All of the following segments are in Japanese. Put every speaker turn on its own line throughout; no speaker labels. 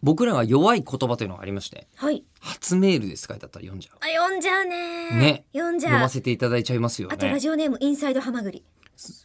僕らは弱い言葉というのがありまして、
はい。
初メールですかいだったら読んじゃ
あ、読んじゃうね。
ね
読ん
う。
じ
読
ゃ
ま
う。
せていただいちゃいますよ
あとラ
ね。
ジオネームインサイドハマグリ。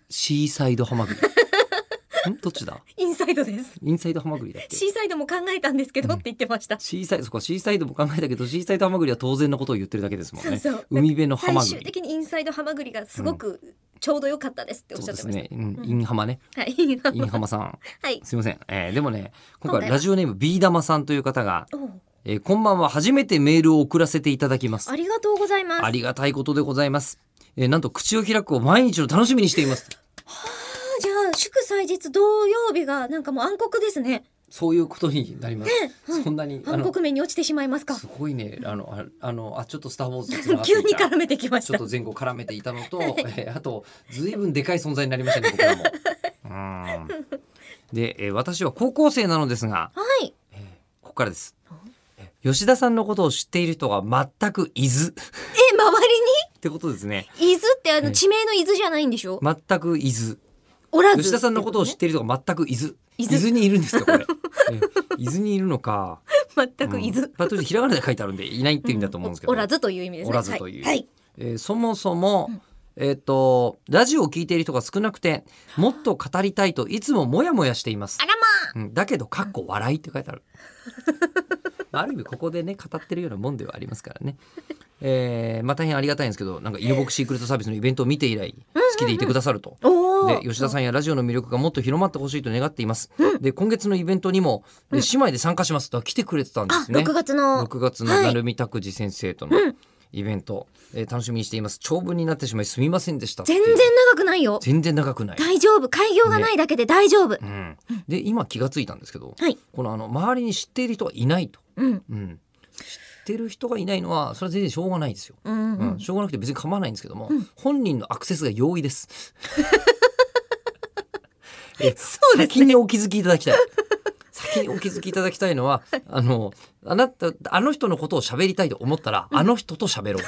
シーサイドハマグリ。 んどっちだ
インサイドです。
インサイドハマグリだっけ
シーサイドも考えたんですけ
う
ど
ん
って言ってました。
シーサイド、そこシーサイドも考えたけど、シーサイドハマグリは当然のことを言ってるだけですもんね。
そうそう
海辺のハ
最
マグ
終
リ。
的にインサイドハマグリがすごくちょうど良かったですっておっ
そう
しゃ
で
って
す
ました。
ね。うん
うん
インハマね。
はい。
インハマさん。
はい。
すいません。えーでもね、今
今回
回
は
ラジオネームビー玉さんという方が、
おう
えーこんばんは初めてメールを送らせていただきます
あ。りがとうございます。
ありがたいことでございます。えーなんと口を開くを毎日の楽しみにしています。
あじゃあ祝祭日土曜日がなんかもう暗黒ですね。
そういうことになります。そんなに、あ
暗
の、
黒面に落ちてしまいますか
す。ごいね、あの、ああの、あ、ちょっとスターウォーズと繋がってい
急
た
に絡めてきまし
ちょったと。前後絡めていたのと、えーあと、ずいぶんでかい存在になりましたね、僕 らも。うーんで、えー私は高校生なのですが、
はい。
ここからです。え吉田さんのことを知っている人が全く伊豆 っ
え、周
てことですね。
りに伊豆ってあ
え
の
え
地名の伊豆じゃないんでしょ
全く伊豆。
おらず。
吉田さんのことを知っ
って
いる人が全く伊豆。
伊
伊
豆
豆にいるんですか、これ。え伊豆にいるのか。
てことね 全く伊豆。
パッとひらがなで書いてあるんで、いないって意味だと思うんですけど。
おらずという意味ですね。
おらずという
はいはい。
えーそもそも、
うん
えっ、と、ラジオを聞いている人が少なくて、もっと語りたいといつもモヤモヤしています
あ。らまあ。
うん、だけど、かっこ笑いって書いてある。 まあある意味、ここでね、語ってるようなもんではありますからね。えーまあ大変ありがたいんですけど、なんか、イロボクシークレットサービスのイベントを見て以来、好きでいてくださると。
お
で
お。
吉田さんやラジオの魅力がもっと広まってほしいと願っています。で今月のイベントにも、え姉妹で参加しますと来てくれてたんで
あ、
すね。
六月の。
6月の
はい
成美拓司先生とのイベント、えー楽しみにしています長文になってしまいすみませんでしたってい
全
う
然長くないよ。
全然長くない、
大丈夫。開業がないだけで大丈夫
う。ん、で今気がついたんですけど、
はい
このあの周りに知っている人はいないと、
うん。
うん、知ってる人がいないのはそれは全然しょうがないですよ、
うんう
うんん、。しょうがなくて別に構わないんですけども、本人のアクセスが容易です え
そうですね
先にお気づきいただきたい先にお気づきいただきたいのはあのあなたあの人のことを喋りたいと思ったら、あの人と喋ろ う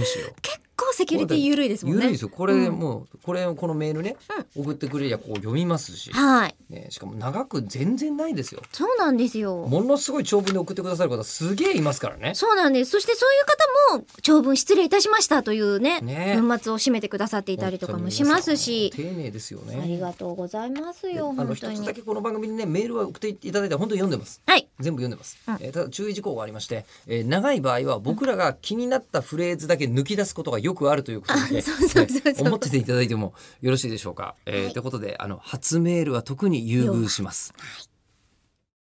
むしろ
結構セキュリティ緩いですもん
緩いで
ね
す。よこれ、もうこれこのメールね、送ってくれりゃこう読みますし、
はい。
ね、しかも長く全然ないですよ
そうなんですよ。
ものすごい長文で送ってくださる方すげえいますからね
そうなんです。そしてそういう方も長文失礼いたしましたというね、
ね
文末を締めてくださっていたりとかもしますし、
本当に皆さんもう丁寧ですよね
ありがとうございます
で
よ、
あの
本当
一
に
つだ。けこの番組にねメールは送っていただいて本当に読んでます
はい。
全部読んでます、
うん
えーただ注意事項がありまして、えー長い場合は僕らが気になったフレーズだけ抜き出すことがよくあるということで、
あ そうそうそうそう
ね思ってていただいてもよろしいでしょうか。えー
はい
ということであの初メールは特に優遇します。